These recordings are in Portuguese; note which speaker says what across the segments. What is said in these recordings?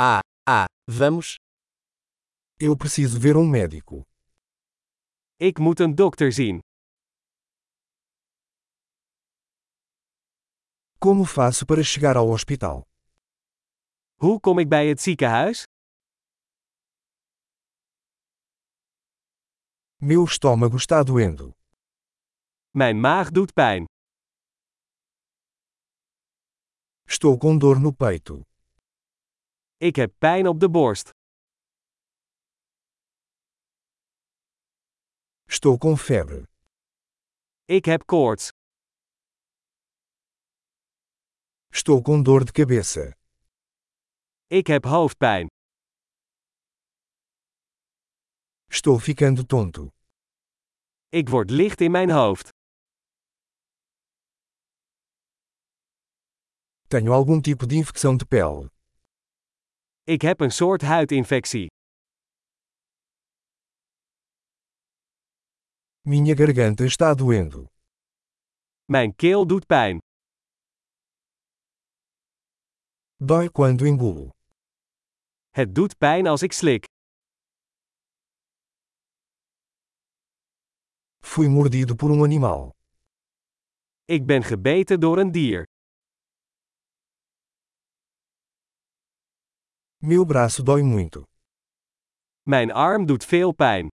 Speaker 1: Ah, ah, vamos.
Speaker 2: Eu preciso ver um médico.
Speaker 3: Ik moet een dokter zien.
Speaker 2: Como faço para chegar ao hospital?
Speaker 3: Hoe kom ik bij het ziekenhuis?
Speaker 2: Meu estômago está doendo.
Speaker 3: Mijn maag doet pijn.
Speaker 2: Estou com dor no peito.
Speaker 3: Ik heb pijn op de borst.
Speaker 2: Estou com febre.
Speaker 3: Ik heb koorts.
Speaker 2: Estou com dor de cabeça.
Speaker 3: Ik heb hoofdpijn.
Speaker 2: Estou ficando tonto.
Speaker 3: Ik word licht in mijn hoofd.
Speaker 2: Tenho algum tipo de infecção de pele.
Speaker 3: Ik heb een soort huidinfectie.
Speaker 2: Minha garganta está doendo.
Speaker 3: Mijn keel doet pijn.
Speaker 2: Dói quando engulo.
Speaker 3: Het doet pijn als ik slik.
Speaker 2: Fui mordido por um animal.
Speaker 3: Ik ben gebeten door een dier.
Speaker 2: Meu braço dói muito.
Speaker 3: Mijn arm doet veel pijn.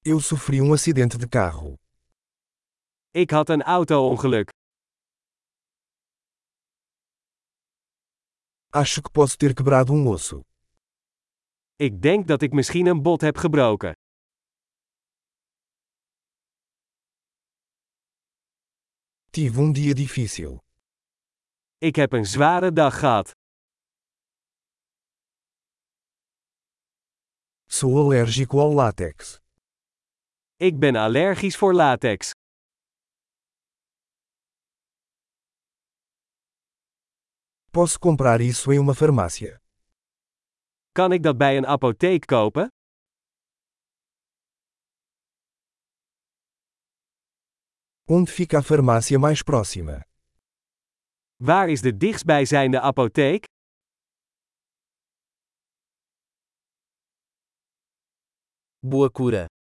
Speaker 2: Eu sofri um acidente de carro.
Speaker 3: Ik had een auto-ongeluk.
Speaker 2: Acho que posso ter quebrado um osso.
Speaker 3: Ik denk dat ik misschien een bot heb gebroken.
Speaker 2: Tive um dia difícil.
Speaker 3: Ik heb een zware dag gehad.
Speaker 2: Sou alérgico ao látex.
Speaker 3: Ik ben allergisch voor latex.
Speaker 2: Posso comprar isso em uma farmácia.
Speaker 3: Kan ik dat bij een apotheek kopen?
Speaker 2: Onde fica a farmácia mais próxima?
Speaker 3: Waar is de dichtstbijzijnde apotheek?
Speaker 1: Boa cura.